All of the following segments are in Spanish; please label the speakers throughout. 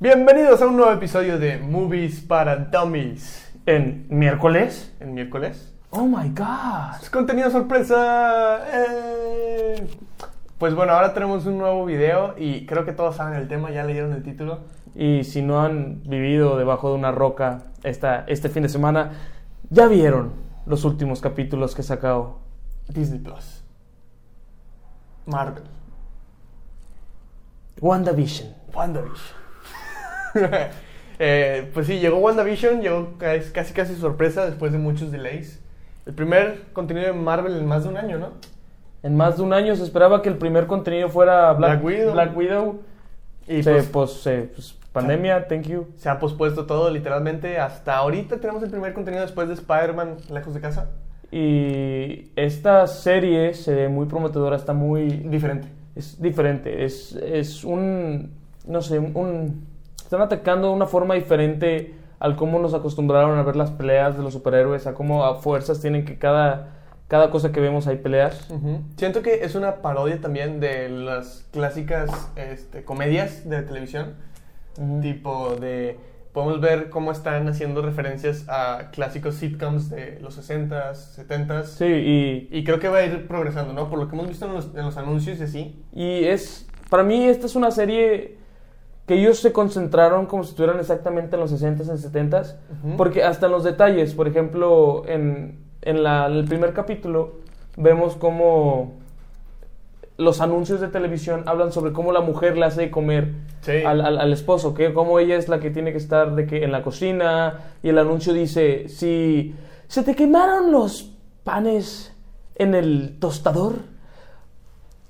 Speaker 1: Bienvenidos a un nuevo episodio de Movies para Dummies.
Speaker 2: ¿En miércoles?
Speaker 1: El miércoles.
Speaker 2: Oh my god.
Speaker 1: Es contenido sorpresa. eh. Pues bueno, ahora tenemos un nuevo video y creo que todos saben el tema, ya leyeron el título.
Speaker 2: Y si no han vivido debajo de una roca esta, este fin de semana, ya vieron los últimos capítulos que he sacado.
Speaker 1: Disney Plus. Marvel.
Speaker 2: WandaVision.
Speaker 1: WandaVision. Eh, pues sí, llegó WandaVision, llegó casi casi casi sorpresa después de muchos delays. El primer contenido de Marvel en más de un año, ¿no?
Speaker 2: En más de un año se esperaba que el primer contenido fuera Black,
Speaker 1: Black Widow.
Speaker 2: Widow.
Speaker 1: Y
Speaker 2: Se-
Speaker 1: pues-
Speaker 2: pues, se- pues, pandemia, thank you.
Speaker 1: Se ha pospuesto todo literalmente hasta ahorita tenemos el primer contenido después de Spider-Man lejos de casa.
Speaker 2: Y esta serie se ve muy prometedora, está muy
Speaker 1: Diferente.
Speaker 2: es diferente, es, es un, no sé, un, un- Están atacando de una forma diferente al cómo nos acostumbraron a ver las peleas de los superhéroes, a cómo a fuerzas tienen que cada, cada cosa que vemos hay peleas.
Speaker 1: Siento que es una parodia también de las clásicas este, comedias de televisión, tipo de... Podemos ver cómo están haciendo referencias a clásicos sitcoms de los 60s, 70s.
Speaker 2: Sí, y,
Speaker 1: Y creo que va a ir progresando, ¿no? Por lo que hemos visto en los, en los anuncios y así.
Speaker 2: y es, para mí esta es una serie que ellos se concentraron como si estuvieran exactamente en los 60s, en 70s,
Speaker 1: Ujú.
Speaker 2: porque hasta en los detalles, por ejemplo, en, en la- el primer capítulo vemos cómo los anuncios de televisión hablan sobre cómo la mujer le hace de comer
Speaker 1: Sí.
Speaker 2: al, al- al esposo, que cómo ella es la que tiene que estar de que en la cocina y el anuncio dice, si se te quemaron los panes en el tostador,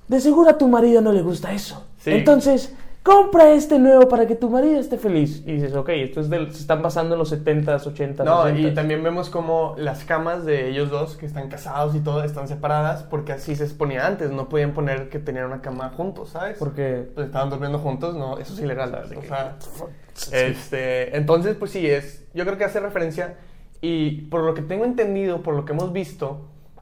Speaker 2: de seguro a tu marido no le gusta eso.
Speaker 1: Sí.
Speaker 2: Entonces, compra este nuevo para que tu marido esté feliz. Y dices, ok, esto es del- se están basando en los 70s, 80s.
Speaker 1: No,
Speaker 2: 60s.
Speaker 1: y también vemos como las camas de ellos dos, que están casados y todo, están separadas, porque así se exponía antes. No podían poner que tenían una cama juntos, ¿sabes?
Speaker 2: Porque...
Speaker 1: pues estaban durmiendo juntos, no, eso es ilegal. O sea,
Speaker 2: Sí.
Speaker 1: este, entonces, pues sí, es, yo creo que hace referencia y por lo que tengo entendido, por lo que hemos visto,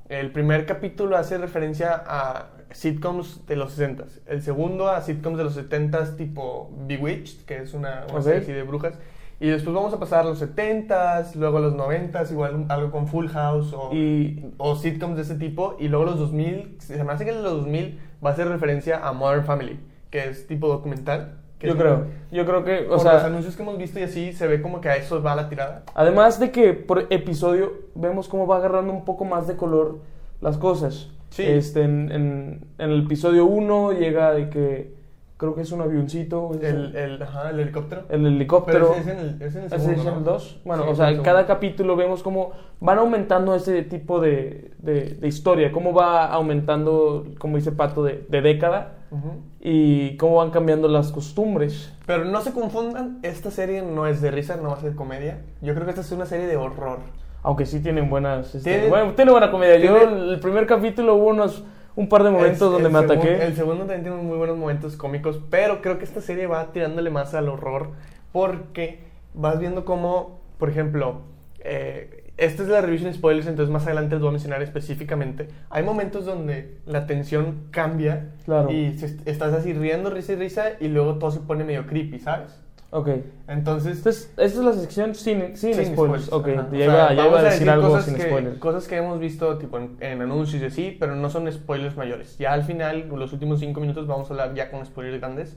Speaker 1: el primer capítulo hace referencia a sitcoms de los 60 el segundo a sitcoms de los 70s tipo Bewitched, que es una, una
Speaker 2: Ok.
Speaker 1: serie así de brujas, y después vamos a pasar a los 70s, luego a los 90s, igual algo con Full House o
Speaker 2: Y
Speaker 1: o sitcoms de ese tipo y luego los 2000, se me hace que los 2000 va a hacer referencia a Modern Family, que es tipo documental. que
Speaker 2: yo
Speaker 1: es
Speaker 2: creo,
Speaker 1: como-
Speaker 2: yo creo que, o
Speaker 1: por
Speaker 2: sea...
Speaker 1: los anuncios que hemos visto y así se ve como que a eso va la tirada.
Speaker 2: Además de que por episodio vemos cómo va agarrando un poco más de color las cosas.
Speaker 1: Sí.
Speaker 2: Este, en, en- en el episodio 1 llega de que creo que es un avioncito. es
Speaker 1: El, el, ajá, el helicóptero.
Speaker 2: Pues el helicóptero.
Speaker 1: Pero ese es en el, ese es en el
Speaker 2: Ese
Speaker 1: segundo,
Speaker 2: es
Speaker 1: ¿no?
Speaker 2: el 2. Bueno,
Speaker 1: Sí,
Speaker 2: o
Speaker 1: es
Speaker 2: sea,
Speaker 1: el
Speaker 2: en
Speaker 1: segundo.
Speaker 2: cada capítulo vemos cómo van aumentando ese tipo de, de- de historia, cómo va aumentando, como dice Pato, de, de década
Speaker 1: Ujú.
Speaker 2: y cómo van cambiando las costumbres.
Speaker 1: Pero no se confundan, esta serie no es de risa, no va a ser comedia. Yo creo que esta es una serie de horror.
Speaker 2: Aunque sí tienen buenas. este,
Speaker 1: Tiene-
Speaker 2: bueno, tiene buena comedia. Yo,
Speaker 1: tiene-
Speaker 2: el primer capítulo hubo unos, un par de momentos
Speaker 1: El-
Speaker 2: este donde
Speaker 1: el
Speaker 2: me
Speaker 1: segun-
Speaker 2: ataqué.
Speaker 1: El segundo también tiene muy buenos momentos cómicos, pero creo que esta serie va tirándole más al horror porque vas viendo cómo, por ejemplo, eh, esta es la revisión de spoilers, entonces más adelante les voy a mencionar específicamente. Hay momentos donde la tensión cambia
Speaker 2: Claro.
Speaker 1: y se- estás así riendo, risa y risa, y luego todo se pone medio creepy, ¿sabes?
Speaker 2: Ok.
Speaker 1: Entonces,
Speaker 2: Entonces, esta Este es la sección sin, sin,
Speaker 1: sin
Speaker 2: spoilers. Ok,
Speaker 1: ajá.
Speaker 2: ya
Speaker 1: O sea,
Speaker 2: iba, ya
Speaker 1: vamos
Speaker 2: iba a decir algo
Speaker 1: cosas
Speaker 2: sin
Speaker 1: que,
Speaker 2: spoilers.
Speaker 1: Cosas que hemos visto tipo en, en anuncios y así, pero no son spoilers mayores. Ya al final, los últimos cinco minutos, vamos a hablar ya con spoilers grandes.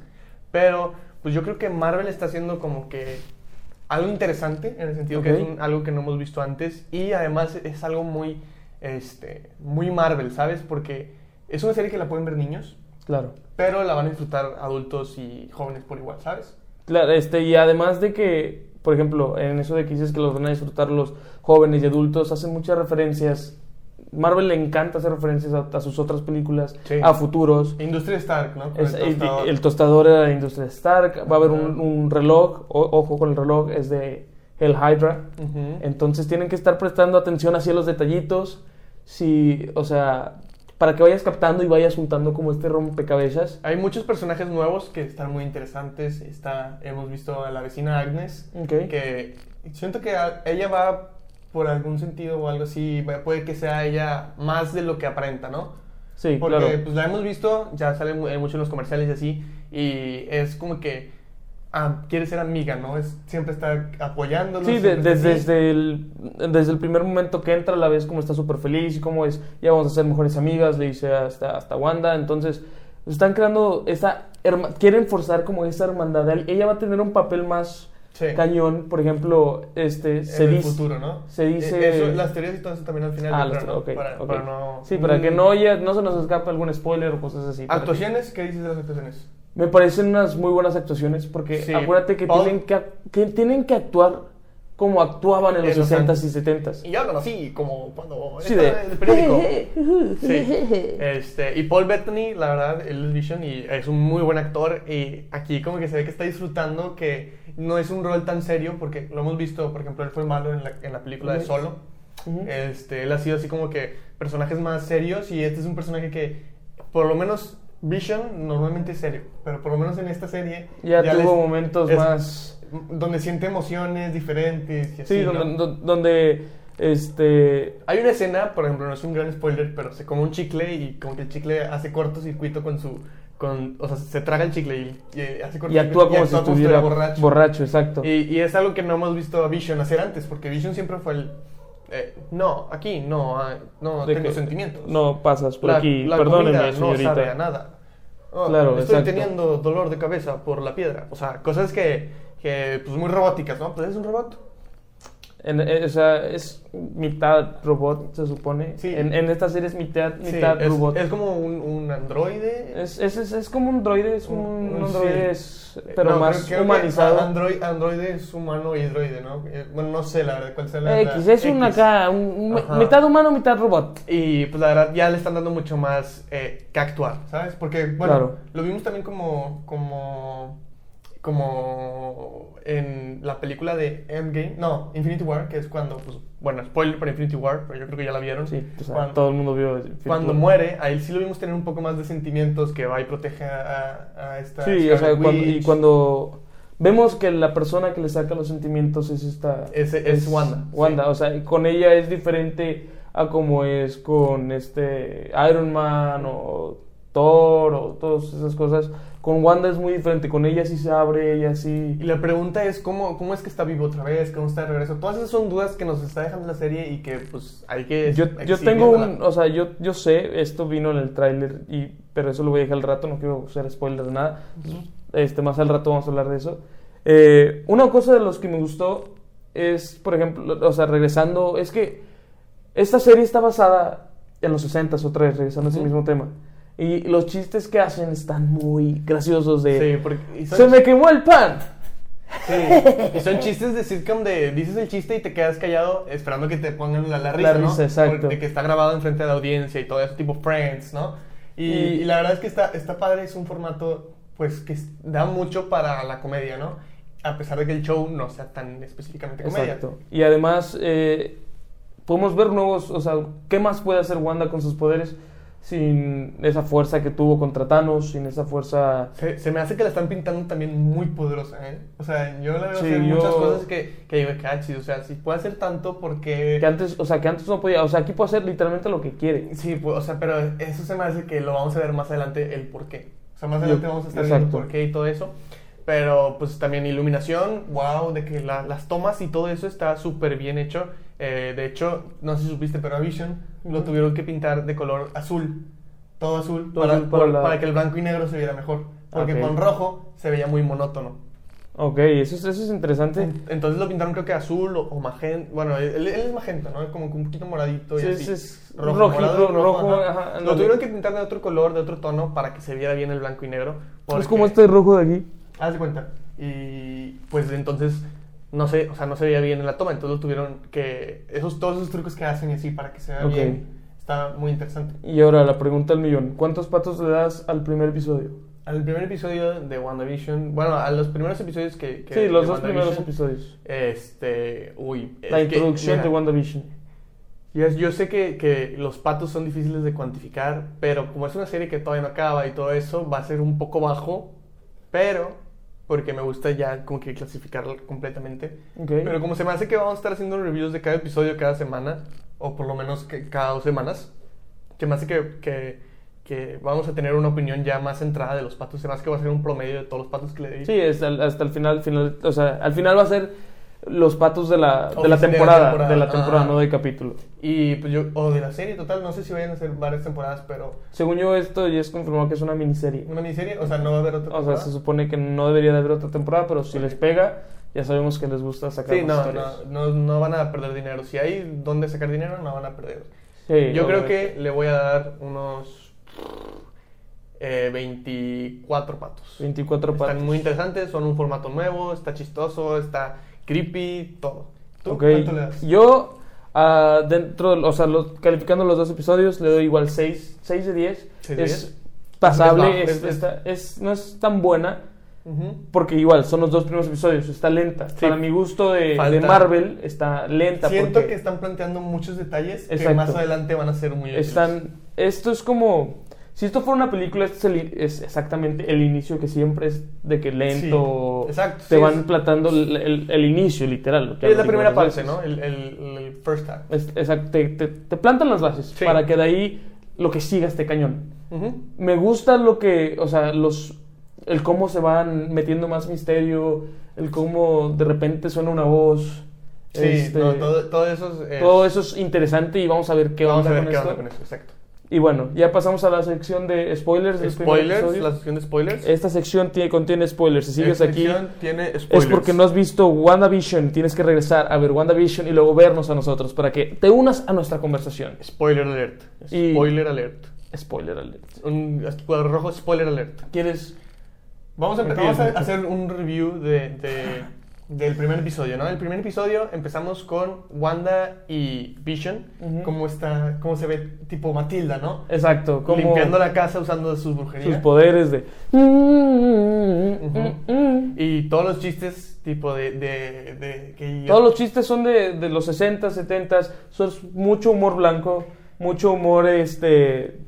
Speaker 1: Pero, pues yo creo que Marvel está haciendo como que algo interesante, en el sentido
Speaker 2: Ok.
Speaker 1: que es un- algo que no hemos visto antes. Y además es algo muy, este, muy Marvel, ¿sabes? Porque es una serie que la pueden ver niños,
Speaker 2: Claro.
Speaker 1: pero la van a disfrutar adultos y jóvenes por igual, ¿sabes?
Speaker 2: Claro, este, y además de que, por ejemplo, en eso de que dices que los van a disfrutar los jóvenes y adultos, hacen muchas referencias. Marvel le encanta hacer referencias a, a sus otras películas,
Speaker 1: Sí.
Speaker 2: a futuros.
Speaker 1: Industria Stark, ¿no? Con
Speaker 2: Es-
Speaker 1: el
Speaker 2: el,
Speaker 1: tostador.
Speaker 2: el tostador era de Industria Stark. Va a haber un,
Speaker 1: Ajá.
Speaker 2: un reloj. o- ojo con el reloj, es de Hell Hydra.
Speaker 1: Ujú.
Speaker 2: Entonces tienen que estar prestando atención hacia los detallitos. Si, o sea, para que vayas captando y vayas juntando como este rompecabezas.
Speaker 1: Hay muchos personajes nuevos que están muy interesantes. Está, hemos visto a la vecina Agnes,
Speaker 2: Ok.
Speaker 1: que siento que a- ella va por algún sentido o algo así, va- puede que sea ella más de lo que aparenta, ¿no?
Speaker 2: Sí,
Speaker 1: Porque
Speaker 2: claro.
Speaker 1: pues, la hemos visto, ya sale mu- eh, mucho en los comerciales y así, y es como que ah, quiere ser amiga, ¿no? Es, siempre está apoyándolo.
Speaker 2: Sí, de-
Speaker 1: siempre
Speaker 2: de-
Speaker 1: está así.
Speaker 2: desde, el, desde el primer momento que entra la ves como está súper feliz y cómo es, ya vamos a ser mejores amigas, le dice hasta, hasta Wanda, entonces están creando esa, herma- quieren forzar como esa hermandad, Él- ella va a tener un papel más
Speaker 1: Sí.
Speaker 2: cañón, por ejemplo, este,
Speaker 1: En
Speaker 2: se
Speaker 1: el
Speaker 2: dice...
Speaker 1: futuro, ¿no?
Speaker 2: se dice-
Speaker 1: Eh, eso, las teorías y todo eso también al final.
Speaker 2: Ah,
Speaker 1: yo
Speaker 2: los-
Speaker 1: creo, ¿no?
Speaker 2: ok,
Speaker 1: para,
Speaker 2: ok.
Speaker 1: para no.
Speaker 2: Sí, para que
Speaker 1: Mm.
Speaker 2: no, haya- no se nos escape algún spoiler o cosas así. para que-
Speaker 1: ¿Actuaciones? ¿Qué dices de las actuaciones?
Speaker 2: Me parecen unas muy buenas actuaciones porque
Speaker 1: Sí.
Speaker 2: acuérdate que
Speaker 1: Paul-
Speaker 2: tienen que, que tienen que actuar como actuaban en los
Speaker 1: En los
Speaker 2: 60s y 70s.
Speaker 1: Y hablan así, como cuando.
Speaker 2: Sí,
Speaker 1: está
Speaker 2: de-
Speaker 1: en el periódico. Sí. Este, y Paul Bettany, la verdad, él es Vision y es un muy buen actor. Y aquí, como que se ve que está disfrutando que no es un rol tan serio, porque lo hemos visto, por ejemplo, él fue malo en la, en la película de
Speaker 2: Ujú.
Speaker 1: Solo.
Speaker 2: Ujú.
Speaker 1: Este, él ha sido así como que personajes más serios y este es un personaje que, por lo menos, Vision normalmente es serio, pero por lo menos en esta serie
Speaker 2: Ya, tuvo
Speaker 1: les-
Speaker 2: momentos
Speaker 1: es-
Speaker 2: más...
Speaker 1: donde siente emociones diferentes. Y así,
Speaker 2: Sí,
Speaker 1: ¿no?
Speaker 2: donde, do- donde, este...
Speaker 1: Hay una escena, por ejemplo, no es un gran spoiler, pero se come un chicle y como que el chicle hace cortocircuito con su... Con, o sea, se traga el chicle y, y hace
Speaker 2: Y
Speaker 1: cortocircuito
Speaker 2: actúa como si estuviera
Speaker 1: borracho.
Speaker 2: borracho. exacto.
Speaker 1: Y, y es algo que no hemos visto a Vision hacer antes, porque Vision siempre fue el... eh, no, aquí no, ah, no
Speaker 2: De
Speaker 1: tengo
Speaker 2: que
Speaker 1: sentimientos.
Speaker 2: No pasas por
Speaker 1: La-
Speaker 2: aquí,
Speaker 1: la comida
Speaker 2: perdóneme,
Speaker 1: no
Speaker 2: señorita.
Speaker 1: sabe a nada. Oh,
Speaker 2: Claro,
Speaker 1: estoy
Speaker 2: exacto.
Speaker 1: teniendo dolor de cabeza por la piedra. O sea, cosas que, que pues muy robóticas, ¿no? Pues es un robot.
Speaker 2: En- en- o sea, es mitad robot, se supone.
Speaker 1: Sí.
Speaker 2: En, en esta serie es mitad,
Speaker 1: Sí,
Speaker 2: mitad
Speaker 1: es,
Speaker 2: robot.
Speaker 1: es como un, un androide.
Speaker 2: Es, es, es, es como un droide, es como un,
Speaker 1: Un-
Speaker 2: un
Speaker 1: sí. Eh,
Speaker 2: droide, es- pero
Speaker 1: No,
Speaker 2: más
Speaker 1: creo- creo que
Speaker 2: humanizado.
Speaker 1: Android, Android es humano y droide, ¿no? Eh, Bueno, no sé la verdad cuál sea la.
Speaker 2: X,
Speaker 1: la-
Speaker 2: es un
Speaker 1: X.
Speaker 2: acá, un- un-
Speaker 1: Ajá.
Speaker 2: mitad humano, mitad robot.
Speaker 1: Y pues la verdad ya le están dando mucho más eh, que actuar, ¿sabes? Porque, bueno,
Speaker 2: Claro.
Speaker 1: lo vimos también como. como. como en la película de Endgame. No, Infinity War, que es cuando, pues, bueno, spoiler para Infinity War, pero yo creo que ya la vieron.
Speaker 2: Sí, o sea,
Speaker 1: Cuando-
Speaker 2: todo el mundo vio. Infinity
Speaker 1: cuando
Speaker 2: War.
Speaker 1: muere, a él sí lo vimos tener un poco más de sentimientos que va y protege a, a esta.
Speaker 2: Sí, o sea,
Speaker 1: Scarlet
Speaker 2: cuando, y
Speaker 1: Witch.
Speaker 2: cuando vemos que la persona que le saca los sentimientos es esta.
Speaker 1: Es- es Wanda,
Speaker 2: Wanda,
Speaker 1: sí.
Speaker 2: o sea, y con ella es diferente a como es con este Iron Man o Thor o todas esas cosas. Con Wanda es muy diferente, con ella sí se abre, ella sí.
Speaker 1: Y la pregunta es cómo, cómo es que está vivo otra vez, cómo está de regreso. Todas esas son dudas que nos está dejando la serie y que pues hay que...
Speaker 2: Yo,
Speaker 1: hay que
Speaker 2: yo
Speaker 1: seguir
Speaker 2: tengo un, oh,
Speaker 1: viéndola.
Speaker 2: o sea, yo, yo sé, esto vino en el tráiler, y- pero eso lo voy a dejar al rato, no quiero hacer spoilers de nada. Este, más al rato vamos a hablar de eso. Eh, una cosa de los que me gustó es, por ejemplo, o sea, regresando, es que esta serie está basada en los 60 otra vez, regresando a ese
Speaker 1: Ujú.
Speaker 2: mismo tema. Y los chistes que hacen están muy graciosos de...
Speaker 1: Sí, porque... y son,
Speaker 2: ¡Se me quemó el pan!
Speaker 1: sí, y son chistes de sitcom de dices el chiste y te quedas callado esperando que te pongan la, la risa, ¿no?
Speaker 2: risa, exacto.
Speaker 1: Por- De que está grabado enfrente de la audiencia y todo eso, tipo Friends, ¿no? Y,
Speaker 2: Y-
Speaker 1: y la verdad es que está, está padre, es un formato pues que es- da mucho para la comedia, ¿no? A pesar de que el show no sea tan específicamente comedia.
Speaker 2: Exacto. Y además, eh, podemos ver nuevos. O sea, ¿qué más puede hacer Wanda con sus poderes sin esa fuerza que tuvo contra Thanos, sin esa fuerza.
Speaker 1: Se, se me hace que la están pintando también muy poderosa, ¿eh? O sea, yo la veo
Speaker 2: Sí,
Speaker 1: hacer
Speaker 2: yo-
Speaker 1: muchas cosas que, que digo, cachi, o sea, si puede hacer tanto, porque...
Speaker 2: Que antes, o sea, que antes no podía. O sea, aquí puede hacer literalmente lo que quiere.
Speaker 1: Sí, pues, o sea, pero eso se me hace que lo vamos a ver más adelante, el por qué. O sea, más
Speaker 2: Yo-
Speaker 1: adelante vamos a estar
Speaker 2: exacto.
Speaker 1: viendo por qué y todo eso. Pero, pues, también iluminación, wow, de que la- las tomas y todo eso está súper bien hecho. Eh, de hecho, no sé si supiste, pero a Vision lo
Speaker 2: Ujú.
Speaker 1: tuvieron que pintar de color azul. Todo azul,
Speaker 2: Todo
Speaker 1: para,
Speaker 2: azul para
Speaker 1: por-
Speaker 2: la-
Speaker 1: para que el blanco y negro se viera mejor. Porque
Speaker 2: Ok.
Speaker 1: con rojo se veía muy monótono.
Speaker 2: Ok, eso es, eso es interesante.
Speaker 1: En- Entonces lo pintaron creo que azul o, magenta. Bueno, él, él es magenta, ¿no? Como que un poquito moradito y
Speaker 2: Sí,
Speaker 1: así.
Speaker 2: es- es
Speaker 1: rojo,
Speaker 2: roji-
Speaker 1: morado,
Speaker 2: ro- rojo,
Speaker 1: ajá.
Speaker 2: ajá, ándale.
Speaker 1: Lo tuvieron que pintar de otro color, de otro tono, para que se viera bien el blanco y negro.
Speaker 2: Es como
Speaker 1: porque-
Speaker 2: este rojo de aquí.
Speaker 1: Haz de cuenta. Y pues entonces no sé, o sea, no se veía bien en la toma, entonces lo tuvieron que esos todos esos trucos que hacen y así para que se vea
Speaker 2: Ok.
Speaker 1: bien. Está muy interesante.
Speaker 2: Y ahora la pregunta del millón: ¿cuántos patos le das al primer episodio?
Speaker 1: Al primer episodio de WandaVision, bueno, a los primeros episodios que, que
Speaker 2: sí, los
Speaker 1: de
Speaker 2: dos primeros
Speaker 1: WandaVision,
Speaker 2: episodios.
Speaker 1: Este, uy,
Speaker 2: La
Speaker 1: es que,
Speaker 2: introducción de
Speaker 1: mira,
Speaker 2: WandaVision.
Speaker 1: Yo, yo sé que, que los patos son difíciles de cuantificar, pero como es una serie que todavía no acaba y todo eso, va a ser un poco bajo, pero porque me gusta ya como que clasificarlo completamente.
Speaker 2: Ok.
Speaker 1: Pero como se me hace que vamos a estar haciendo reviews de cada episodio cada semana, o por lo menos que cada dos semanas, se me hace que, que que vamos a tener una opinión ya más centrada de los patos. Se me hace que va a ser un promedio de todos los patos que le di.
Speaker 2: Sí, es al- hasta, el final, final, o sea, al final va a ser los patos de la, de la
Speaker 1: Oficial de la
Speaker 2: temporada,
Speaker 1: temporada.
Speaker 2: de la temporada,
Speaker 1: Ah.
Speaker 2: no de capítulo.
Speaker 1: Y pues yo, o de la serie total, no sé si vayan a ser varias temporadas, pero
Speaker 2: Según yo, esto ya es confirmado que es una miniserie.
Speaker 1: una miniserie, o sea, no va a haber otra
Speaker 2: O sea,
Speaker 1: temporada.
Speaker 2: se supone que no debería de haber otra temporada, pero si les pega, ya sabemos que les gusta sacar
Speaker 1: Sí,
Speaker 2: más
Speaker 1: no,
Speaker 2: historias.
Speaker 1: no, no, no van a perder dinero. Si hay dónde sacar dinero, no van a perder.
Speaker 2: Sí,
Speaker 1: Yo creo
Speaker 2: obviamente.
Speaker 1: que le voy a dar unos eh, 24 patos.
Speaker 2: 24 patos.
Speaker 1: Están muy interesantes, son un formato nuevo, está chistoso, está creepy, todo. ¿Tú
Speaker 2: Ok.
Speaker 1: cuánto le das?
Speaker 2: Yo, ah, dentro, o sea, los- calificando los dos episodios, le doy igual 6, 6 de 10.
Speaker 1: ¿Seis de
Speaker 2: Es
Speaker 1: diez?
Speaker 2: pasable,
Speaker 1: Es
Speaker 2: es,
Speaker 1: bajo, es-
Speaker 2: está- es- no es tan buena,
Speaker 1: Ujú.
Speaker 2: porque igual son los dos primeros episodios, está lenta.
Speaker 1: Sí.
Speaker 2: Para mi gusto de,
Speaker 1: Falta.
Speaker 2: de Marvel, está lenta.
Speaker 1: Siento
Speaker 2: porque
Speaker 1: que están planteando muchos detalles que
Speaker 2: Exacto.
Speaker 1: más adelante van a ser muy útiles.
Speaker 2: están. Esto es como. Si esto fuera una película, este es, el i- es exactamente el inicio que siempre es de que lento.
Speaker 1: Sí, exacto,
Speaker 2: Te
Speaker 1: sí,
Speaker 2: van
Speaker 1: es-
Speaker 2: platando el, el- el inicio, literal. lo que
Speaker 1: Es la
Speaker 2: hablamos
Speaker 1: primera
Speaker 2: varias
Speaker 1: parte,
Speaker 2: veces.
Speaker 1: ¿no? El, el- el first act.
Speaker 2: Es- exacto, te, te- te plantan las bases
Speaker 1: Sí.
Speaker 2: para que de ahí lo que siga este cañón.
Speaker 1: Ujú.
Speaker 2: Me gusta lo que, o sea, los, el cómo se van metiendo más misterio, el cómo de repente suena una voz.
Speaker 1: Sí,
Speaker 2: este,
Speaker 1: no, todo, todo eso es... eh, es-
Speaker 2: todo eso es interesante y vamos a ver qué
Speaker 1: vamos
Speaker 2: onda
Speaker 1: a ver
Speaker 2: con
Speaker 1: qué
Speaker 2: esto.
Speaker 1: onda con eso, exacto.
Speaker 2: Y bueno, ya pasamos a la sección de spoilers. del primer
Speaker 1: Spoilers,
Speaker 2: episodio.
Speaker 1: la sección de spoilers.
Speaker 2: Esta sección tiene, contiene spoilers. Eh, Si sigues
Speaker 1: Esta
Speaker 2: aquí,
Speaker 1: sección tiene
Speaker 2: es
Speaker 1: spoilers.
Speaker 2: porque no has visto WandaVision. Tienes que regresar a ver WandaVision y luego vernos a nosotros para que te unas a nuestra conversación.
Speaker 1: Spoiler alert.
Speaker 2: Y-
Speaker 1: Spoiler alert.
Speaker 2: Spoiler alert.
Speaker 1: Un cuadro rojo, spoiler alert.
Speaker 2: ¿Quieres?
Speaker 1: Vamos a,
Speaker 2: Ok.
Speaker 1: vamos a hacer un review de, de- del primer episodio, ¿no? El primer episodio empezamos con Wanda y Vision,
Speaker 2: Ujú.
Speaker 1: cómo está, cómo se ve tipo Matilda, ¿no?
Speaker 2: Exacto, como
Speaker 1: Limpiando la casa usando sus
Speaker 2: sus
Speaker 1: brujerías.
Speaker 2: poderes de.
Speaker 1: y todos los chistes tipo de... de, de que yo-
Speaker 2: Todos los chistes son de, de los 60, 70, son mucho humor blanco, mucho humor este.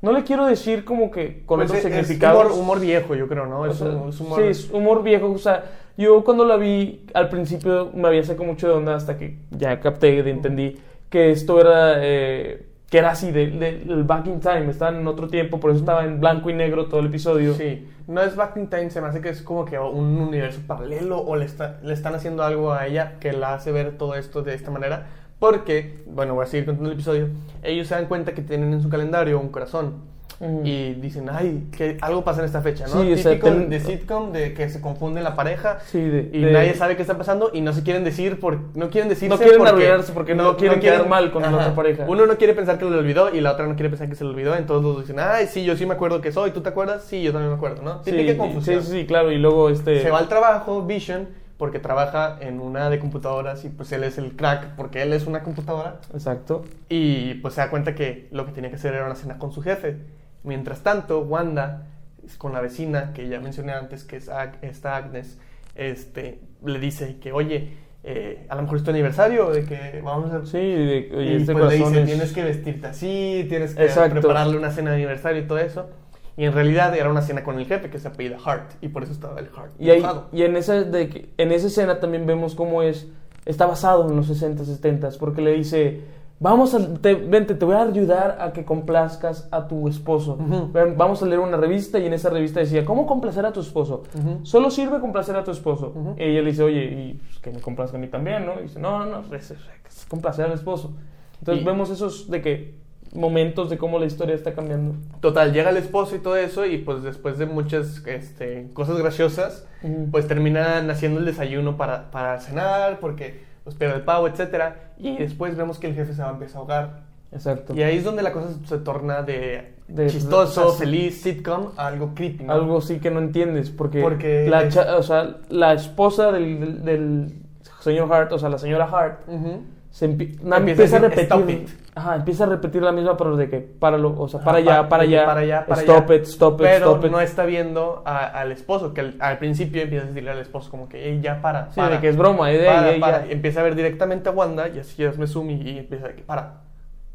Speaker 2: No le quiero decir como que con
Speaker 1: Pues
Speaker 2: otros
Speaker 1: es- es
Speaker 2: significados.
Speaker 1: humor, humor viejo, yo creo, ¿no?
Speaker 2: O
Speaker 1: Es,
Speaker 2: sea,
Speaker 1: un- es humor...
Speaker 2: Sí, es humor viejo. O sea, yo cuando la vi al principio me había sacado mucho de onda hasta que ya capté, de- entendí que esto era. eh, que era así, del de, del back in time, estaban en otro tiempo, por eso estaba en blanco y negro todo el episodio.
Speaker 1: Sí, no es Back in Time, se me hace que es como que un universo paralelo o le, está- le están haciendo algo a ella que la hace ver todo esto de esta manera. Porque, bueno, voy a seguir contando el episodio. Ellos se dan cuenta que tienen en su calendario un corazón
Speaker 2: Ujú.
Speaker 1: y dicen, ay, que algo pasa en esta fecha, ¿no?
Speaker 2: Mm. Sí, o sea,
Speaker 1: Típico
Speaker 2: ten-
Speaker 1: de sitcom, de que se confunde la pareja
Speaker 2: Sí, de-
Speaker 1: y
Speaker 2: de-
Speaker 1: nadie sabe qué está pasando y no se quieren decir, por, no quieren decirse
Speaker 2: No quieren arruinarse porque no quieren quedar mal con la otra pareja.
Speaker 1: Uno no quiere pensar que lo olvidó y la otra no quiere pensar que se lo olvidó, entonces los dos dicen, ay, sí, yo sí me acuerdo que soy, ¿tú te acuerdas? Sí, yo también me acuerdo, ¿no?
Speaker 2: Sí,
Speaker 1: Típica
Speaker 2: y-
Speaker 1: confusión.
Speaker 2: sí, sí, sí, claro. Y luego este.
Speaker 1: Se va al trabajo, Vision, porque trabaja en una de computadoras y pues él es el crack porque él es una computadora
Speaker 2: Exacto.
Speaker 1: y pues se da cuenta que lo que tenía que hacer era una cena con su jefe. Mientras tanto, Wanda, es con la vecina que ya mencioné antes, que es Ag- esta Agnes, este, le dice que, oye, eh, a lo mejor es tu aniversario, de que vamos a...
Speaker 2: Sí, de, oye,
Speaker 1: y
Speaker 2: este
Speaker 1: pues le
Speaker 2: corazón
Speaker 1: dice,
Speaker 2: es-
Speaker 1: tienes que vestirte así, tienes que
Speaker 2: Exacto.
Speaker 1: prepararle una cena de aniversario y todo eso. Y en realidad era una cena con el jefe que se apellida Hart, y por eso estaba el Hart.
Speaker 2: Y, ahí-
Speaker 1: enojado.
Speaker 2: y en, esa de que- en esa escena también vemos cómo es. Está basado en los 60, 70, porque le dice: Vamos a. Te, vente, te voy a ayudar a que complazcas a tu esposo.
Speaker 1: Ujú.
Speaker 2: Ven, Vamos a leer una revista y en esa revista decía: ¿Cómo complacer a tu esposo?
Speaker 1: Ujú.
Speaker 2: Solo sirve complacer a tu esposo.
Speaker 1: Ujú.
Speaker 2: Y ella le dice: Oye, y, pues, que me complazca a mí también, ¿no? Y dice: No, no, no, es, es complacer al esposo. Entonces
Speaker 1: Y-
Speaker 2: vemos esos de que momentos de cómo la historia está cambiando.
Speaker 1: Total, llega el esposo y todo eso, y pues después de muchas este, cosas graciosas,
Speaker 2: Ujú.
Speaker 1: pues terminan haciendo el desayuno para, para cenar, porque pues pierde el pavo, etcétera Y después vemos que el jefe se va a empezar a ahogar.
Speaker 2: Exacto.
Speaker 1: Y ahí es donde la cosa se torna de,
Speaker 2: De-
Speaker 1: chistoso,
Speaker 2: de-
Speaker 1: feliz, sitcom, a algo creepy. ¿no?
Speaker 2: Algo sí que no entiendes, porque,
Speaker 1: Porque
Speaker 2: la,
Speaker 1: es-
Speaker 2: cha- o sea, la esposa del, del- del señor Hart, o sea, la señora Hart,
Speaker 1: Ujú.
Speaker 2: se empi-
Speaker 1: Empieza a
Speaker 2: na- empieza, a
Speaker 1: decir, "Stop
Speaker 2: repetir.
Speaker 1: it".
Speaker 2: Ajá, empieza a repetir la misma, pero de que páralo, o sea, para
Speaker 1: Ah,
Speaker 2: allá,
Speaker 1: pa-
Speaker 2: para
Speaker 1: de que
Speaker 2: allá,
Speaker 1: para allá, para
Speaker 2: stop
Speaker 1: allá.
Speaker 2: it, stop it,
Speaker 1: Pero
Speaker 2: stop it.
Speaker 1: no está viendo a- al esposo, que al, al principio empieza a decirle al esposo como que, "Ey, ya para,
Speaker 2: Sí,
Speaker 1: para,
Speaker 2: de que es broma, eh, de-
Speaker 1: para,
Speaker 2: eh,
Speaker 1: para".
Speaker 2: ya.
Speaker 1: Y empieza a ver directamente a Wanda y así es Mesumi y empieza de que, para,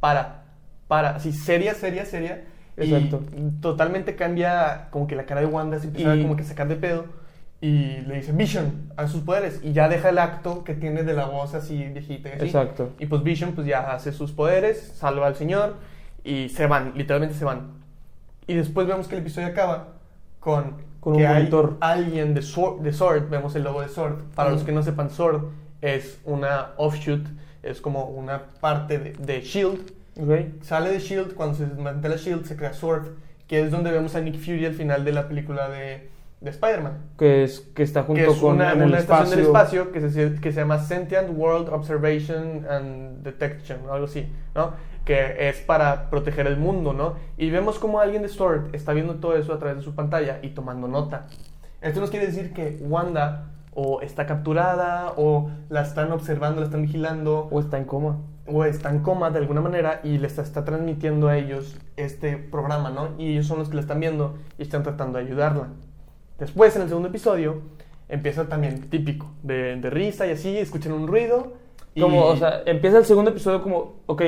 Speaker 1: para, para, así seria, seria, seria. y
Speaker 2: Exacto.
Speaker 1: totalmente cambia como que la cara de Wanda, se empieza
Speaker 2: Y-
Speaker 1: a como que sacar de pedo y le dice Vision a sus poderes y ya deja el acto que tiene de la voz así viejita. y así.
Speaker 2: Exacto.
Speaker 1: Y pues Vision pues ya hace sus poderes, salva al señor y se van, literalmente se van. Y después vemos que el episodio acaba con,
Speaker 2: Con un
Speaker 1: que hay
Speaker 2: monitor. Mm.
Speaker 1: alguien de Sword, de Sword, vemos el logo de Sword. Para
Speaker 2: Ujú.
Speaker 1: los que no sepan, Sword es una offshoot, es como una parte de, de Shield.
Speaker 2: Ok.
Speaker 1: E Sale de Shield, E cuando se desmantela Shield E se crea Sword, que es donde vemos a Nick Fury al final de la película de, de Spider-Man.
Speaker 2: Que, es, que está junto
Speaker 1: Que es
Speaker 2: con
Speaker 1: una,
Speaker 2: en el
Speaker 1: una estación del
Speaker 2: espacio.
Speaker 1: espacio que se, que se llama Sentient World Observation and Detection, o algo así, ¿no? Que es para proteger el mundo, ¿no? Y vemos como alguien de Sword está viendo todo eso a través de su pantalla y tomando nota. Esto nos quiere decir que Wanda o está capturada o la están observando, la están vigilando
Speaker 2: O está en coma.
Speaker 1: o está en coma de alguna manera y les está transmitiendo a ellos este programa, ¿no? Y ellos son los que la están viendo y están tratando de ayudarla. Después, en el segundo episodio, empieza también típico, de, de risa y así, escuchan un ruido. Y...
Speaker 2: Como, o sea, empieza el segundo episodio como, ok,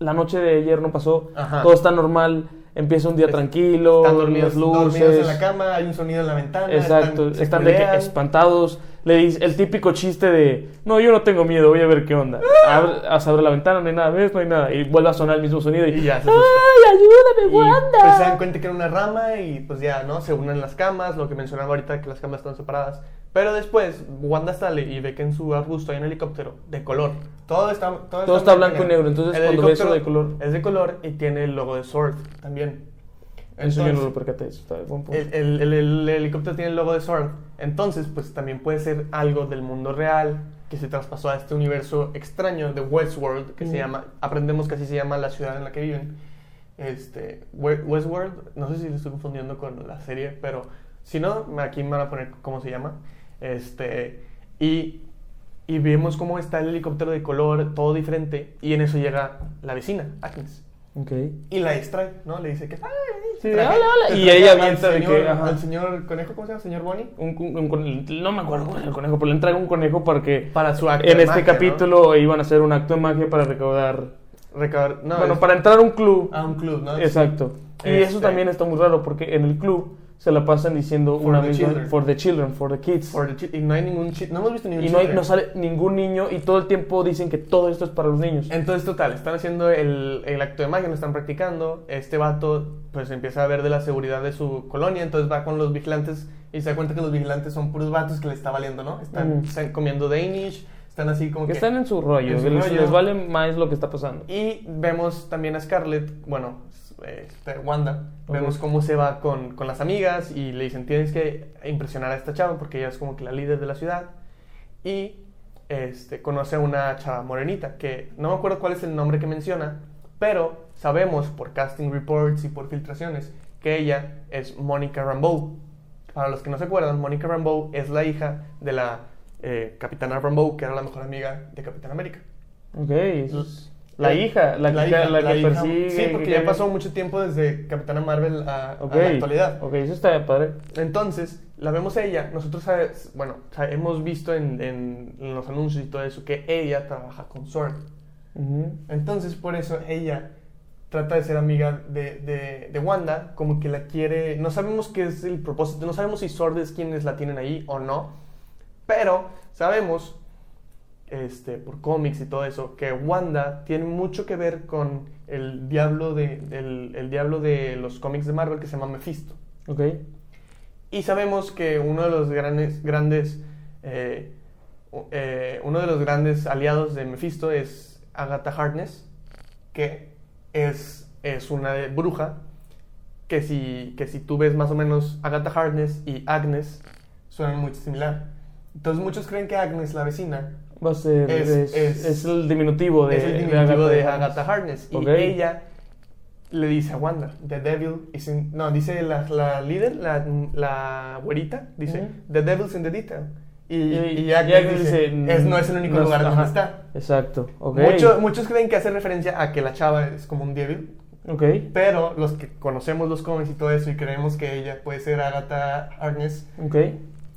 Speaker 2: la noche de ayer no pasó,
Speaker 1: Ajá.
Speaker 2: todo está normal, empieza un día
Speaker 1: Es-
Speaker 2: tranquilo,
Speaker 1: están dormidos,
Speaker 2: las luces.
Speaker 1: dormidos en la cama, hay un sonido en la ventana.
Speaker 2: Exacto,
Speaker 1: se
Speaker 2: están de que
Speaker 1: culean.
Speaker 2: espantados. Le dice el típico chiste de: No, yo no tengo miedo, voy a ver qué onda. Abre, se abre la ventana, no hay nada, ¿ves? No hay nada. Y vuelve a sonar el mismo sonido. Y,
Speaker 1: Y ya se asustan.
Speaker 2: ¡Ay, ayúdame,
Speaker 1: Y,
Speaker 2: Wanda!
Speaker 1: Pues se dan cuenta que era una rama y pues ya, ¿no? Se unen las camas, lo que mencionaba ahorita que las camas están separadas. Pero después Wanda sale y ve que en su arbusto hay un helicóptero de color. Todo está, todo
Speaker 2: Todo está blanco y negro, entonces cuando ve eso
Speaker 1: helicóptero
Speaker 2: de color-
Speaker 1: Es de color y tiene el logo de Sword también.
Speaker 2: Eso yo no
Speaker 1: Entonces,
Speaker 2: lo percaté. Eso está buen punto.
Speaker 1: el, el- el- el helicóptero tiene el logo de Sword. Entonces, pues también puede ser algo del mundo real que se traspasó a este universo extraño de Westworld, que se
Speaker 2: Ujú.
Speaker 1: llama, aprendemos que así se llama la ciudad en la que viven. Este, We- Westworld, no sé si lo estoy confundiendo con la serie, pero si no, aquí me van a poner cómo se llama. Este, y, y vemos cómo está el helicóptero de color, todo diferente, y en eso llega la vecina, Agnes.
Speaker 2: Ok.
Speaker 1: Y la distrae, ¿no? Le dice que. "Ay,
Speaker 2: Sí,
Speaker 1: traje-
Speaker 2: hola, hola".
Speaker 1: te
Speaker 2: Y
Speaker 1: traje
Speaker 2: ella
Speaker 1: al
Speaker 2: avienta de
Speaker 1: señor-
Speaker 2: que, ajá.
Speaker 1: Al señor conejo, ¿cómo se llama? ¿Señor Bonnie?
Speaker 2: Un- un- un cone- no me acuerdo cuál era el conejo, pero le entrega un conejo para que
Speaker 1: Para su acto.
Speaker 2: en
Speaker 1: de
Speaker 2: este
Speaker 1: magia, ¿no?
Speaker 2: capítulo iban a hacer un acto de magia para recaudar.
Speaker 1: Recabar- no,
Speaker 2: bueno,
Speaker 1: es-
Speaker 2: para entrar a un club.
Speaker 1: A un club, ¿no?
Speaker 2: Exacto. Y eso
Speaker 1: Este-
Speaker 2: también está muy raro porque en el club se la pasan diciendo
Speaker 1: For
Speaker 2: una
Speaker 1: the
Speaker 2: misma
Speaker 1: children.
Speaker 2: for the children, for the kids.
Speaker 1: Por el chi- y no hay ningún chi- No hemos visto ningún
Speaker 2: y no, hay-
Speaker 1: chiste.
Speaker 2: no sale ningún niño y todo el tiempo dicen que todo esto es para los niños.
Speaker 1: Entonces, total, están haciendo el, el acto de magia, lo están practicando. Este vato, pues empieza a ver de la seguridad de su colonia, entonces va con los vigilantes y se da cuenta que los vigilantes son puros vatos que le está valiendo, ¿no? Están,
Speaker 2: Ujú.
Speaker 1: están comiendo Danish, están así como
Speaker 2: Que
Speaker 1: que.
Speaker 2: están en su rollo,
Speaker 1: en su
Speaker 2: que les,
Speaker 1: rollo.
Speaker 2: les vale más lo que está pasando.
Speaker 1: Y vemos también a Scarlett, bueno, este, Wanda,
Speaker 2: Ok.
Speaker 1: vemos cómo se va con, con las amigas y le dicen, tienes que impresionar a esta chava porque ella es como que la líder de la ciudad. Y este, conoce a una chava morenita, que no me acuerdo cuál es el nombre que menciona, pero sabemos por casting reports y por filtraciones que ella es Mónica Rambeau. Para los que no se acuerdan, Mónica Rambeau es la hija de la eh, capitana Rambeau, que era la mejor amiga de Capitán América.
Speaker 2: Ok, eso es- la hija, la, que,
Speaker 1: hija,
Speaker 2: la que
Speaker 1: hija.
Speaker 2: persigue.
Speaker 1: Sí, porque
Speaker 2: que-
Speaker 1: ya pasó mucho tiempo desde Capitana Marvel a, a
Speaker 2: Ok,
Speaker 1: la actualidad.
Speaker 2: Ok, eso está padre.
Speaker 1: Entonces, la vemos a ella. Nosotros, sabe- bueno, o sea, hemos visto en, en- en los anuncios y todo eso que ella trabaja con Sword.
Speaker 2: Ujú.
Speaker 1: Entonces, por eso ella trata de ser amiga de, de- de Wanda, como que la quiere. No sabemos qué es el propósito, no sabemos si Sword es quienes la tienen ahí o no, pero sabemos, este, por cómics y todo eso, que Wanda tiene mucho que ver con el diablo de, del- el diablo de los cómics de Marvel que se llama Mephisto.
Speaker 2: Ok.
Speaker 1: Y sabemos que uno de los grandes, grandes eh, u- eh, uno de los grandes aliados de Mephisto es Agatha Harkness, que es, es una de- bruja, que si, que si tú ves más o menos Agatha Harkness y Agnes, suenan muy similar. Entonces muchos creen que Agnes, la vecina,
Speaker 2: Va a ser.
Speaker 1: Es-
Speaker 2: Es,
Speaker 1: es-
Speaker 2: es el diminutivo de.
Speaker 1: es el diminutivo de Agatha, Harkness.
Speaker 2: Harkness.
Speaker 1: Y
Speaker 2: Ok.
Speaker 1: ella le dice a Wanda, The Devil is in... No, dice la, la líder, la, la güerita, dice,
Speaker 2: Ujú.
Speaker 1: The Devil's in the detail. Y, y,
Speaker 2: Y-
Speaker 1: Agnes
Speaker 2: y Agnes
Speaker 1: dice,
Speaker 2: dice, "Mm,
Speaker 1: "Es- no es el único
Speaker 2: no es-
Speaker 1: lugar donde
Speaker 2: ajá.
Speaker 1: está.
Speaker 2: Exacto, ok.
Speaker 1: Mucho- muchos creen que hace referencia a que la chava es como un devil,
Speaker 2: Ok.
Speaker 1: pero los que conocemos los cómics y todo eso y creemos que ella puede ser Agatha Harkness,
Speaker 2: Ok.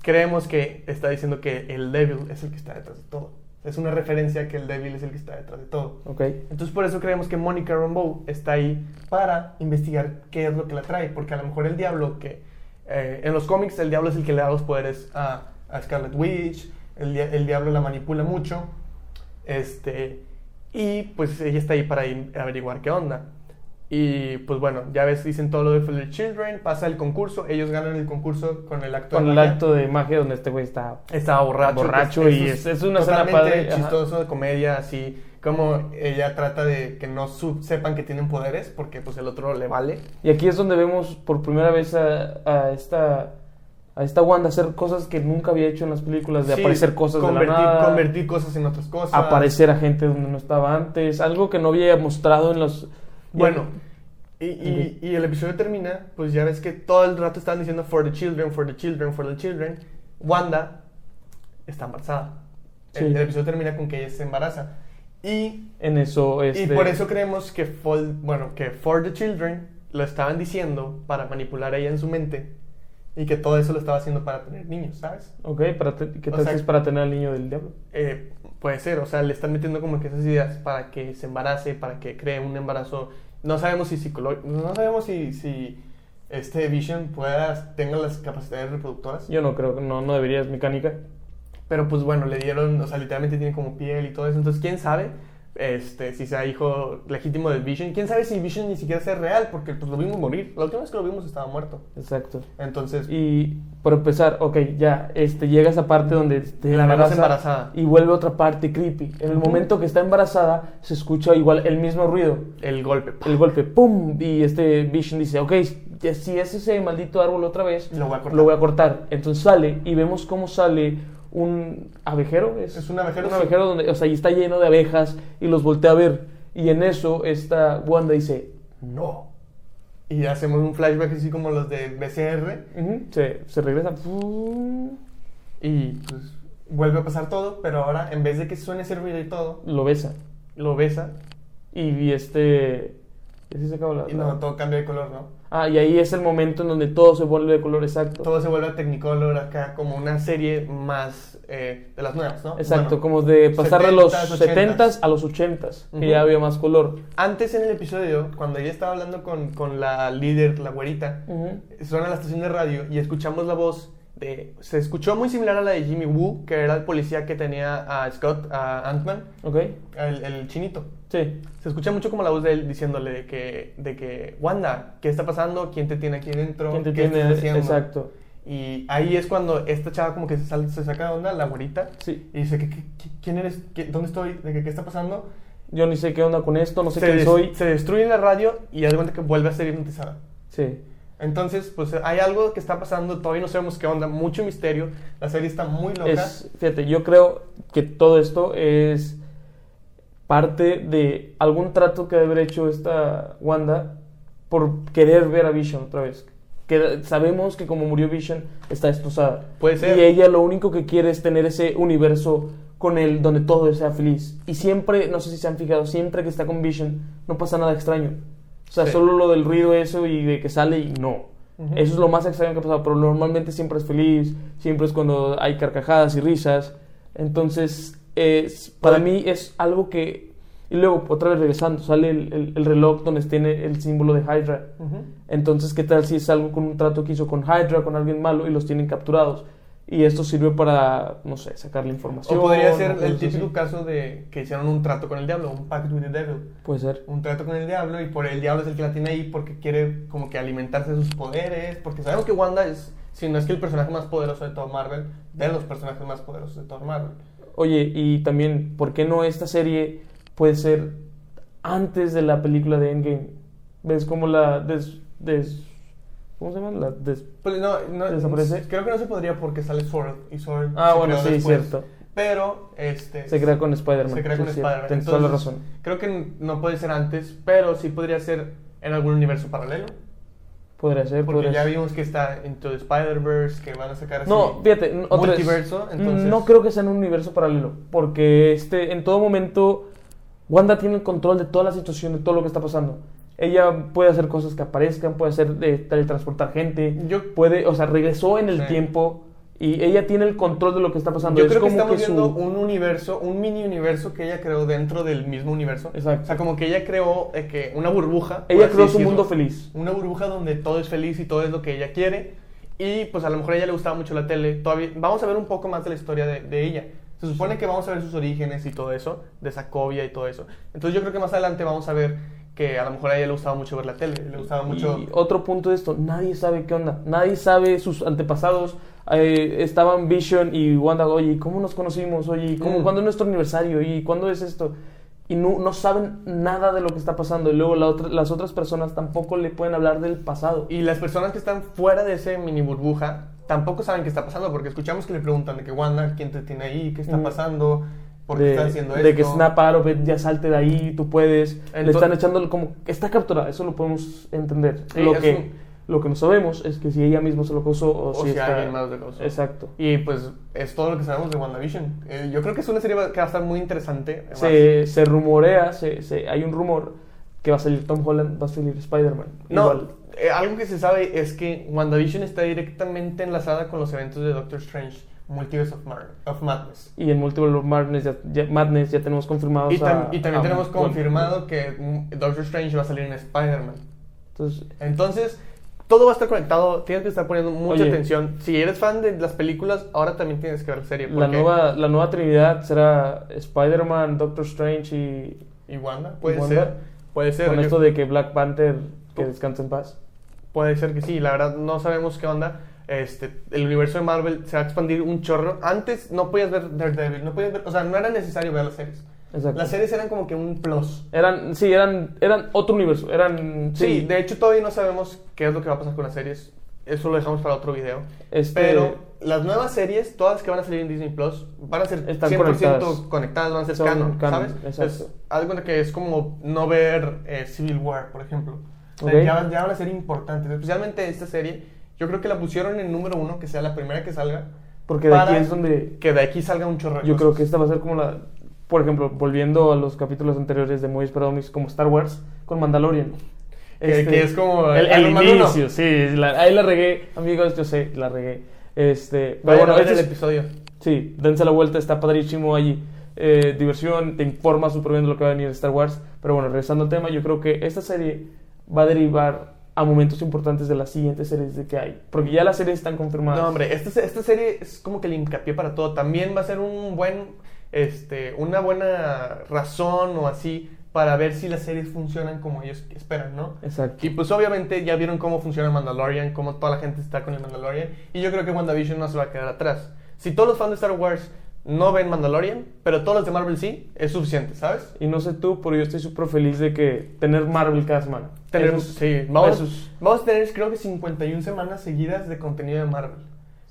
Speaker 1: creemos que está diciendo que el devil es el que está detrás de todo. Es una referencia a que el devil es el que está detrás de todo.
Speaker 2: Ok.
Speaker 1: Entonces por eso creemos que Mónica Rambeau está ahí para investigar qué es lo que la trae, porque a lo mejor el diablo que eh, en los cómics el diablo es el que le da los poderes a, a Scarlet Witch, el, dia- el diablo la manipula mucho, este y pues ella está ahí para in- averiguar qué onda. Y pues bueno, ya ves, dicen todo lo de For the Children, pasa el concurso, ellos ganan el concurso con el acto
Speaker 2: Con el
Speaker 1: magia.
Speaker 2: acto de magia donde este güey está...
Speaker 1: Estaba borracho.
Speaker 2: Borracho
Speaker 1: pues,
Speaker 2: y es- es una escena
Speaker 1: totalmente
Speaker 2: padre, ajá.
Speaker 1: chistoso de comedia, así como ella trata de que no su- sepan que tienen poderes porque pues el otro le vale.
Speaker 2: Y aquí es donde vemos por primera vez a, a esta... A esta Wanda hacer cosas que nunca había hecho en las películas, de
Speaker 1: Sí,
Speaker 2: aparecer cosas
Speaker 1: convertir,
Speaker 2: de la nada.
Speaker 1: convertir cosas en otras cosas.
Speaker 2: aparecer a gente donde no estaba antes, algo que no había mostrado en los...
Speaker 1: Bueno, y, y- y el episodio termina, pues ya ves que todo el rato están diciendo for the children, for the children, for the children. Wanda está embarazada. El,
Speaker 2: Sí.
Speaker 1: el episodio termina con que ella se embaraza. Y,
Speaker 2: en eso este,
Speaker 1: y por eso creemos que for, bueno, que for the children lo estaban diciendo para manipular a ella en su mente y que todo eso lo estaba haciendo para tener niños, ¿sabes?
Speaker 2: Ok, para te- ¿qué
Speaker 1: O
Speaker 2: tal
Speaker 1: sea-
Speaker 2: si es para tener al niño del diablo?
Speaker 1: Eh, puede ser, o sea, le están metiendo como que esas ideas para que se embarace, para que cree un embarazo. No sabemos si psicológico, no sabemos si, si este Vision pueda, tenga las capacidades reproductoras.
Speaker 2: Yo no creo, que- no, no debería, es mecánica.
Speaker 1: Pero pues bueno, le dieron, o sea, literalmente tiene como piel y todo eso. Entonces, quién sabe este, si sea hijo legítimo del Vision. Quién sabe si Vision ni siquiera sea real, porque pues lo vimos morir. La última vez que lo vimos estaba muerto.
Speaker 2: Exacto.
Speaker 1: Entonces,
Speaker 2: Y por empezar, ok, ya, este, llega esa parte donde te
Speaker 1: La vemos
Speaker 2: embaraza
Speaker 1: embarazada.
Speaker 2: y vuelve otra parte creepy. En el
Speaker 1: Ujú.
Speaker 2: momento que está embarazada, se escucha igual el mismo ruido.
Speaker 1: el golpe, pa,
Speaker 2: El golpe, ¡pum! Y este Vision dice, ok, ya si es ese maldito árbol otra vez,
Speaker 1: lo voy a cortar.
Speaker 2: lo voy a cortar. Entonces sale y vemos cómo sale un abejero. Es,
Speaker 1: Es un abejero,
Speaker 2: Un
Speaker 1: sí.
Speaker 2: abejero donde, o sea, y está lleno de abejas y los voltea a ver. Y en eso esta Wanda dice,
Speaker 1: No. Y hacemos un flashback así como los de BCR.
Speaker 2: "Ujú", se, se regresa. ¡pum!
Speaker 1: Y pues vuelve a pasar todo, pero ahora en vez de que suene servir y todo,
Speaker 2: Lo besa.
Speaker 1: lo besa
Speaker 2: Y, y este... y así se acaba la-
Speaker 1: y
Speaker 2: la-
Speaker 1: no, todo cambia de color, ¿no?
Speaker 2: Ah, y ahí es el momento en donde todo se vuelve de color exacto.
Speaker 1: Todo se vuelve a Technicolor acá, como una serie más eh, de las nuevas, ¿no?
Speaker 2: Exacto,
Speaker 1: Bueno,
Speaker 2: como de pasar de los
Speaker 1: 70s,
Speaker 2: 70s a los 80s, que ya
Speaker 1: Ujú.
Speaker 2: había más color.
Speaker 1: Antes en el episodio, cuando ella estaba hablando con, con la líder, la güerita,
Speaker 2: Ujú.
Speaker 1: suena la estación de radio y escuchamos la voz de... Se escuchó muy similar a la de Jimmy Woo, que era el policía que tenía a Scott, a Ant-Man,
Speaker 2: ¿Ok?
Speaker 1: el- el chinito.
Speaker 2: Sí.
Speaker 1: Se escucha mucho como la voz de él diciéndole de que, de que Wanda, ¿qué está pasando? ¿Quién te tiene aquí dentro?
Speaker 2: ¿Quién te
Speaker 1: ¿Qué
Speaker 2: tiene?
Speaker 1: estás haciendo?"
Speaker 2: Exacto.
Speaker 1: Y ahí es cuando esta chava como que se, sal- se saca de onda, la güerita,
Speaker 2: Sí.
Speaker 1: y dice, "¿Qué- qué- qué- ¿quién eres? ¿Qué- ¿Dónde estoy? ¿De que, qué está pasando?
Speaker 2: Yo ni sé qué onda con esto, no sé
Speaker 1: se,
Speaker 2: quién
Speaker 1: des-
Speaker 2: soy.
Speaker 1: se destruye la radio y haz de cuenta que vuelve a ser hipnotizada.
Speaker 2: Sí.
Speaker 1: Entonces, pues hay algo que está pasando, todavía no sabemos qué onda, mucho misterio, la serie está muy loca.
Speaker 2: Es, fíjate, yo creo que todo esto es parte de algún trato que debe haber hecho esta Wanda por querer ver a Vision otra vez. Que sabemos que como murió Vision está destrozada.
Speaker 1: Puede ser.
Speaker 2: Y ella lo único que quiere es tener ese universo con él donde todo sea feliz. Y siempre, no sé si se han fijado, siempre que está con Vision no pasa nada extraño. O sea,
Speaker 1: Sí.
Speaker 2: solo lo del ruido eso y de que sale y no.
Speaker 1: Ujú.
Speaker 2: Eso es lo más extraño que ha pasado, pero normalmente siempre es feliz, siempre es cuando hay carcajadas y risas. Entonces, es, para mí es algo que... Y luego, otra vez regresando, sale el, el- el reloj donde tiene el símbolo de Hydra.
Speaker 1: Ujú.
Speaker 2: Entonces, ¿qué tal si es algo con un trato que hizo con Hydra, con alguien malo, y los tienen capturados? Y esto sirve para, no sé, sacar la información.
Speaker 1: O podría
Speaker 2: o
Speaker 1: ser el
Speaker 2: cosas
Speaker 1: típico
Speaker 2: así.
Speaker 1: caso de que hicieron un trato con el diablo, un pact with the devil.
Speaker 2: Puede ser.
Speaker 1: un trato con el diablo y por el diablo es el que la tiene ahí porque quiere como que alimentarse de sus poderes, porque sabemos que Wanda es, si no es que el personaje más poderoso de todo Marvel, de los personajes más poderosos de todo Marvel.
Speaker 2: Oye, y también, ¿por qué no esta serie puede ser antes de la película de Endgame? ¿Ves cómo la des... des- ¿Cómo se llama? La des-
Speaker 1: Pues no, no-
Speaker 2: ¿Desaparece?
Speaker 1: creo que no se podría porque sale Sword y Sword
Speaker 2: Ah,
Speaker 1: se
Speaker 2: bueno,
Speaker 1: creó
Speaker 2: sí,
Speaker 1: después.
Speaker 2: cierto.
Speaker 1: Pero este
Speaker 2: Se crea con Spider-Man.
Speaker 1: se crea con
Speaker 2: sí, sí,
Speaker 1: Spider-Man.
Speaker 2: Tienes toda la
Speaker 1: Entonces,
Speaker 2: razón.
Speaker 1: Creo que no puede ser antes, pero sí podría ser en algún universo paralelo,
Speaker 2: Podría ser,
Speaker 1: porque
Speaker 2: podría
Speaker 1: ya
Speaker 2: ser.
Speaker 1: vimos que está Into the Spider-Verse, que van a sacar así
Speaker 2: No, fíjate, n- otra vez,
Speaker 1: multiverso,
Speaker 2: n-
Speaker 1: entonces-
Speaker 2: no creo que sea en un universo paralelo, porque este, en todo momento Wanda tiene el control de toda la situación, de todo lo que está pasando. Ella puede hacer cosas que aparezcan, puede hacer de teletransportar gente,
Speaker 1: Yo-
Speaker 2: puede, o sea, regresó en el
Speaker 1: Sí.
Speaker 2: tiempo y ella tiene el control de lo que está pasando.
Speaker 1: Yo
Speaker 2: Es
Speaker 1: creo que
Speaker 2: como
Speaker 1: estamos
Speaker 2: su-
Speaker 1: viendo un universo, un mini universo que ella creó dentro del mismo universo.
Speaker 2: Exacto.
Speaker 1: O sea, como que ella creó eh, que una burbuja. por
Speaker 2: Ella
Speaker 1: así
Speaker 2: creó su
Speaker 1: decirlo.
Speaker 2: mundo feliz.
Speaker 1: Una burbuja donde todo es feliz y todo es lo que ella quiere. Y pues a lo mejor a ella le gustaba mucho la tele. Todavía, vamos a ver un poco más de la historia de, de ella. Se supone que vamos a ver sus orígenes y todo eso, de Sacovia y todo eso. Entonces yo creo que más adelante vamos a ver que a lo mejor a ella le gustaba mucho ver la tele, le gustaba Ah, mucho...
Speaker 2: Y otro punto de esto, nadie sabe qué onda, nadie sabe sus antepasados. eh, estaban Vision y Wanda, oye, ¿cómo nos conocimos? Oye, ¿cómo,
Speaker 1: Mm.
Speaker 2: ¿cuándo es nuestro aniversario? ¿Y cuándo es esto? Y no, no saben nada de lo que está pasando. Y luego la otra- las otras personas tampoco le pueden hablar del pasado.
Speaker 1: Y las personas que están fuera de ese mini burbuja tampoco saben qué está pasando, porque escuchamos que le preguntan de que Wanda, ¿quién te tiene ahí? ¿Qué está
Speaker 2: Mm.
Speaker 1: pasando? ¿Por qué
Speaker 2: de,
Speaker 1: estás haciendo
Speaker 2: de que
Speaker 1: esto?
Speaker 2: Snap out of it, ya salte de ahí, tú puedes. le
Speaker 1: Ento-
Speaker 2: están echando como... Está capturada, eso lo podemos entender.
Speaker 1: Sí,
Speaker 2: lo,
Speaker 1: es
Speaker 2: que,
Speaker 1: un-
Speaker 2: lo que no sabemos es que si ella misma se lo causó o,
Speaker 1: O
Speaker 2: si
Speaker 1: si
Speaker 2: está-
Speaker 1: alguien más lo causó.
Speaker 2: Exacto.
Speaker 1: Y pues es todo lo que sabemos de WandaVision. Eh, yo creo que es una serie que va a estar muy interesante. además.
Speaker 2: se, se rumorea, se, se- hay un rumor que va a salir Tom Holland, va a salir Spider-Man.
Speaker 1: No,
Speaker 2: Igual.
Speaker 1: eh, algo que se sabe es que WandaVision está directamente enlazada con los eventos de Doctor Strange, Multiverse of, Mar- of Madness.
Speaker 2: Y en Multiple of Madness ya, ya- Madness ya tenemos confirmados.
Speaker 1: Y, tam-
Speaker 2: a-
Speaker 1: y también
Speaker 2: a-
Speaker 1: tenemos
Speaker 2: bueno,
Speaker 1: confirmado que mm, Doctor Strange va a salir en Spider-Man.
Speaker 2: Entonces,
Speaker 1: Entonces, todo va a estar conectado, tienes que estar poniendo mucha
Speaker 2: Oye.
Speaker 1: atención. Si eres fan de las películas, ahora también tienes que ver la serie.
Speaker 2: la
Speaker 1: porque-
Speaker 2: nueva, la nueva trinidad será Spider-Man, Doctor Strange y.
Speaker 1: Y Wanda, puede
Speaker 2: Wanda.
Speaker 1: ser. Puede ser.
Speaker 2: Con
Speaker 1: yo-
Speaker 2: esto de que Black Panther que descanse en paz.
Speaker 1: Puede ser que sí, la verdad no sabemos qué onda. Este, el universo de Marvel se va a expandir un chorro. Antes no podías ver Daredevil, no podías ver, o sea, no era necesario ver las series.
Speaker 2: Exacto.
Speaker 1: Las series eran como que un plus.
Speaker 2: Eran, sí, eran, eran otro universo. Eran.
Speaker 1: Sí, de hecho todavía no sabemos qué es lo que va a pasar con las series. Eso lo dejamos para otro video.
Speaker 2: este,
Speaker 1: Pero las nuevas series, todas que van a salir en Disney Plus, van a ser
Speaker 2: Están
Speaker 1: 100%
Speaker 2: conectadas.
Speaker 1: conectadas. van a ser
Speaker 2: Son
Speaker 1: canon,
Speaker 2: canon,
Speaker 1: ¿sabes?
Speaker 2: exacto.
Speaker 1: Es- haz de cuenta que es como no ver eh, Civil War, por ejemplo. O sea,
Speaker 2: Ok.
Speaker 1: ya, van- ya van a ser importantes, especialmente esta serie. Yo creo que la pusieron en número uno, que sea la primera que salga.
Speaker 2: Porque de
Speaker 1: para
Speaker 2: aquí es donde
Speaker 1: Que de aquí salga un chorro de
Speaker 2: Yo creo
Speaker 1: cosas.
Speaker 2: que esta va a ser como la. Por ejemplo, volviendo a los capítulos anteriores de muy esperados mis- como Star Wars con Mandalorian. Este,
Speaker 1: Que- que es como
Speaker 2: El, el
Speaker 1: Iron Man uno.
Speaker 2: inicio, sí. la- ahí la regué, amigos, yo sé, la regué. Este, pero
Speaker 1: Vayan
Speaker 2: bueno,
Speaker 1: a ver
Speaker 2: este
Speaker 1: el
Speaker 2: es-
Speaker 1: episodio.
Speaker 2: Sí, dense la vuelta, está padrísimo allí. Eh, diversión, te informa súper bien de lo que va a venir de Star Wars. Pero bueno, regresando al tema, yo creo que esta serie va a derivar a momentos importantes de las siguientes series de que hay. Porque ya las series están confirmadas.
Speaker 1: No, hombre, esta, se- esta serie es como que el hincapié para todo. También va a ser un buen, este, una buena razón o así para ver si las series funcionan como ellos esperan, ¿no?
Speaker 2: Exacto.
Speaker 1: Y pues obviamente ya vieron cómo funciona Mandalorian, cómo toda la gente está con el Mandalorian. Y yo creo que WandaVision no se va a quedar atrás. Si todos los fans de Star Wars no ven Mandalorian, pero todos los de Marvel sí, es suficiente, ¿sabes?
Speaker 2: Y no sé tú, pero yo estoy súper feliz de que tener Marvel cada semana.
Speaker 1: Tenemos,
Speaker 2: Eso es-
Speaker 1: sí, vamos,
Speaker 2: eso es-
Speaker 1: vamos a tener creo que 51 semanas seguidas de contenido de Marvel.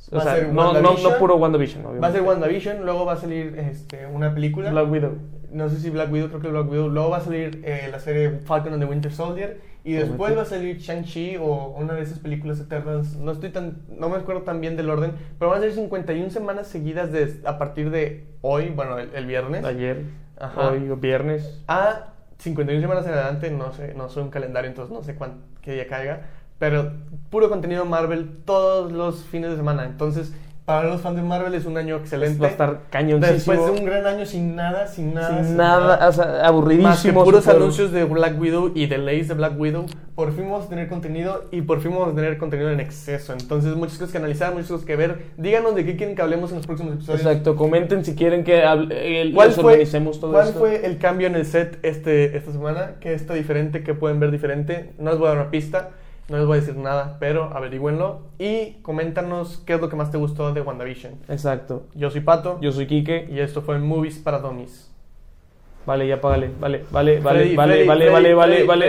Speaker 2: o
Speaker 1: va a
Speaker 2: sea,
Speaker 1: ser
Speaker 2: no, no,
Speaker 1: WandaVision.
Speaker 2: no puro WandaVision, obviamente.
Speaker 1: Va a ser WandaVision, luego va a salir este, una película.
Speaker 2: Black Widow.
Speaker 1: No sé si Black Widow, creo que Black Widow. Luego va a salir eh, la serie Falcon and the Winter Soldier. Y
Speaker 2: Promete.
Speaker 1: después va a salir Shang-Chi o una de esas películas eternas. No estoy tan. No me acuerdo tan bien del orden. Pero van a ser 51 semanas seguidas de, a partir de hoy, bueno, el, el viernes.
Speaker 2: Ayer,
Speaker 1: Ajá.
Speaker 2: hoy, o viernes.
Speaker 1: A 51 semanas en adelante. No sé, no soy un calendario, entonces no sé cuán, qué día caiga. Pero puro contenido Marvel todos los fines de semana. Entonces, para los fans de Marvel es un año excelente.
Speaker 2: Va a estar
Speaker 1: Después
Speaker 2: cañoncísimo.
Speaker 1: de un gran año sin nada, sin nada.
Speaker 2: sin nada, o sea, aburridísimo.
Speaker 1: Más que puros
Speaker 2: súper-
Speaker 1: anuncios de Black Widow y delays de Black Widow, por fin vamos a tener contenido y por fin vamos a tener contenido en exceso. Entonces, muchas cosas que analizar, muchas cosas que ver. Díganos de qué quieren que hablemos en los próximos episodios.
Speaker 2: Exacto, comenten si quieren que hable- eh, el-
Speaker 1: ¿Cuál,
Speaker 2: les
Speaker 1: fue,
Speaker 2: organicemos todo
Speaker 1: cuál
Speaker 2: esto.
Speaker 1: fue el cambio en el set este, esta semana? ¿Qué está diferente? ¿Qué pueden ver diferente? No les voy a dar una pista, no les voy a decir nada, pero averígüenlo y coméntanos qué es lo que más te gustó de WandaVision.
Speaker 2: Exacto.
Speaker 1: Yo soy Pato
Speaker 2: Yo soy Quique.
Speaker 1: y esto fue Movies para Dummies.
Speaker 2: Vale, ya págale. Vale,
Speaker 1: Freddy,
Speaker 2: vale, vale, vale,
Speaker 1: Freddy,
Speaker 2: vale,
Speaker 1: Freddy,
Speaker 2: vale, vale,
Speaker 1: Freddy,
Speaker 2: vale.